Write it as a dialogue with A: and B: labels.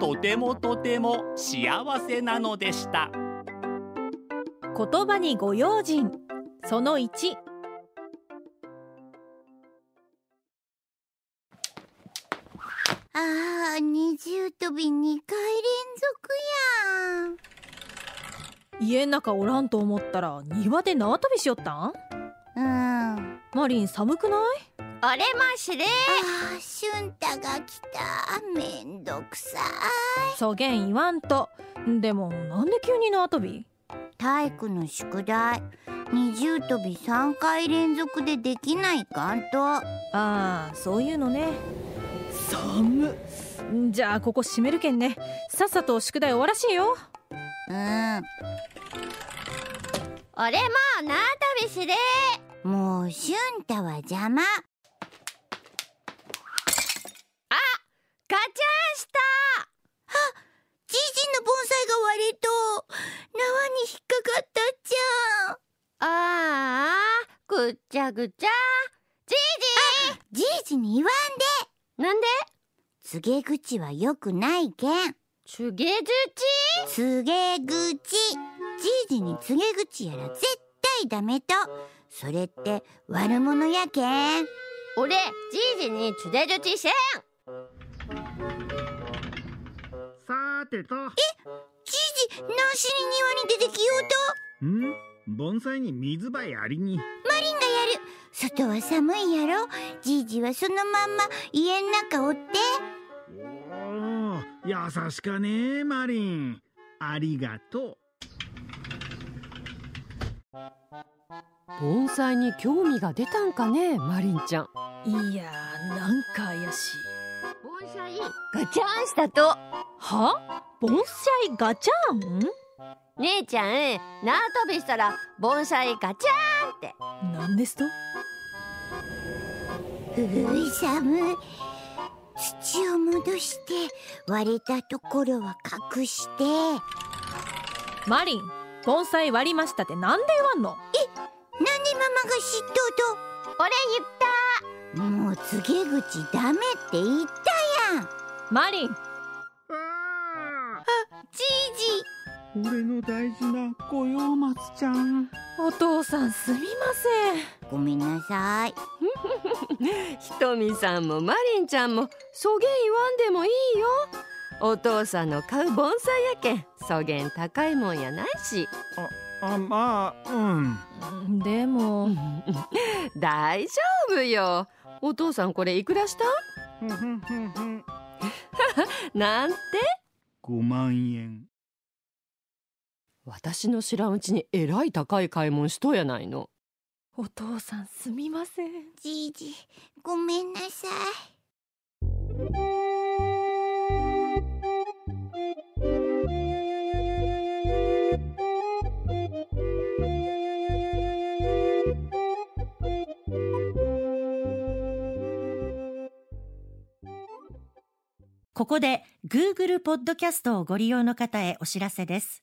A: とてもとても幸せなのでした
B: 言葉にご用心その1
C: ああ、二重跳び2回連続
B: 家ん中おらんと思ったら庭で縄跳びしよったん
C: やん。うん。
B: マリン寒くない
D: あれましれ
C: ああ、シュンタが来た。めんどくさ
B: そげん言わんとでもなんで急に縄跳び
C: い。体育の宿題。二重跳び3回連続でできないかんと。
B: ああそういうのね寒っじゃあここ閉めるけんねさっさと宿題終わらしいよ
C: う
D: 俺も縄跳びしれ
C: ん。もう、シュンタは邪
D: ガ
C: 魔。
D: チャンした
C: じいじの盆栽が割れと、縄に引っかかっ
D: あ
C: たじゃん。
D: あぐっちゃぐちゃじい
C: じいじに言わんで。
D: じなんで
C: 告げ口は良くないけん。
D: チュゲジュチ
C: 告げ口じいじに告げ口やら絶対ダメとそれって悪者やけん
D: 俺じいじにチュデジュチせん
E: さて
C: じい
E: と、
C: じ何しに庭に出てきようと
E: ん盆栽に水ばやりに。
C: マリンがやる外は寒いやろじいじはそのまんま家ん中おって
E: おお、優しかねえ、マリン。ありがと
F: 盆栽に興味が出たんかねマリンちゃん
B: いやーなんか怪しい
D: 盆栽ガチャンしたと
B: は盆栽ガチャン
D: 姉ちゃん縄跳びしたら盆栽ガチャンって
B: なんですと
C: ふう寒い土を戻して割れたところは隠して
B: マリン盆栽割りましたってなんで言わんの
C: なんでママが知っ
D: 俺言った
C: とうともう告げ口ダメって言った
B: マリン
E: う。あ
C: じいじ
E: あ、俺の大事な御用松ちゃん。
B: お父さんすみませ
C: ごめんなさい。
F: ひとみさんもマリンちゃんもそげん言わんでもいいよお父さんの買う盆栽やけんそげん高いもんやないし
E: あ、まあ、うん。
B: んでも
F: 大丈夫よお父さんこれいくらした
E: ふんふんふんふん。
F: なんて
E: 5万円。
F: 私の知らんうちにえらい高い買い物しとやないの
B: お父さんすみません
C: じいじ、ごめんなさい。
G: ここで Google ポッドキャストをご利用の方へお知らせです。